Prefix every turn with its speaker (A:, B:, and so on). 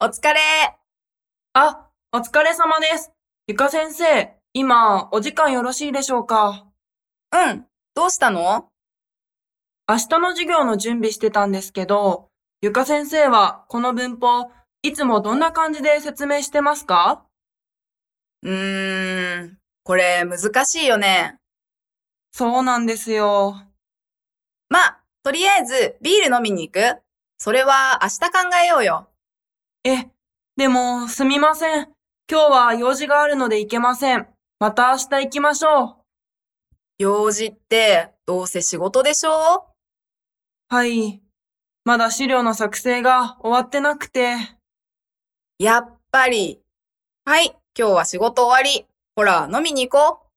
A: お疲れ
B: あ、お疲れ様です。ゆか先生、今、お時間よろしいでしょうか
A: うん、どうしたの
B: 明日の授業の準備してたんですけど、ゆか先生はこの文法、いつもどんな感じで説明してますか
A: うーん、これ難しいよね。
B: そうなんですよ。
A: まあ、とりあえずビール飲みに行くそれは明日考えようよ。
B: え、でも、すみません。今日は用事があるので行けません。また明日行きましょ
A: 用事って、どうせ仕事でしょ
B: う。はい。まだ資料の作成が終わってなくて。
A: やっぱり。はい、今日は仕事終わり。ほら、飲みに行こう。